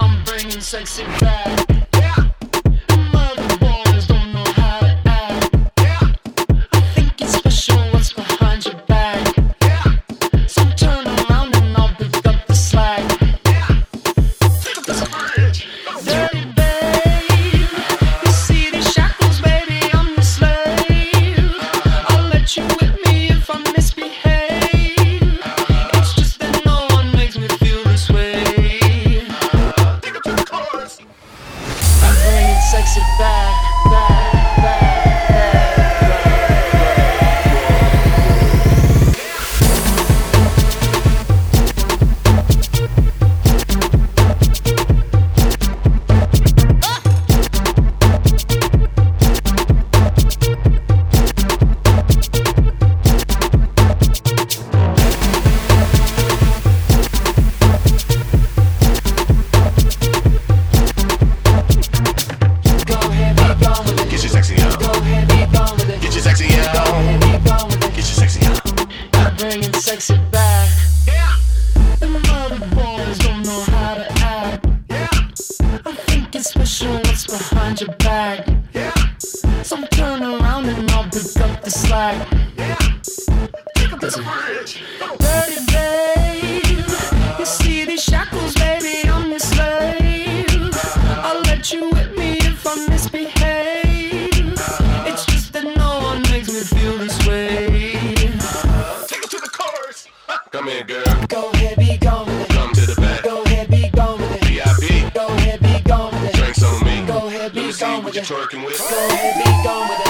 and sexy back. Yeah. Mother boys don't know how to act. Yeah. I think it's special what's behind your back. Yeah. So turn around and I'll pick up the slack. Yeah. Pick up the slack. Dirty babe. You see these shackles, baby, I'm your slave. I'll let you whip me if I misbehave. It's just that no one makes me feel this way. I'm bringing sexy back, back, back, back, back, back. Go heavy, go with it. Get your sexy on. Go heavy, go with it. Get your sexy on. Heavy, go with it. Get your sexy on. I'm bringing sexy back. Yeah, Them other boys don't know how to act. yeah, I think it's special what's behind your back. yeah, So turn around and I'll pick up the slack. yeah. Pick up this bridge. Dirty babe, you see these shackles, baby, I'm your slave. I'll let you whip me if I misbehave. It's just that no one makes me feel this way. Take it to the chorus. Come in, girl. Go heavy, go with it. Come to the back. Go heavy, go with it. VIP. Go heavy, go with it. Drinks on me. Go ahead, Let me be see gone what with you're it. twerking with. Go heavy, go with it.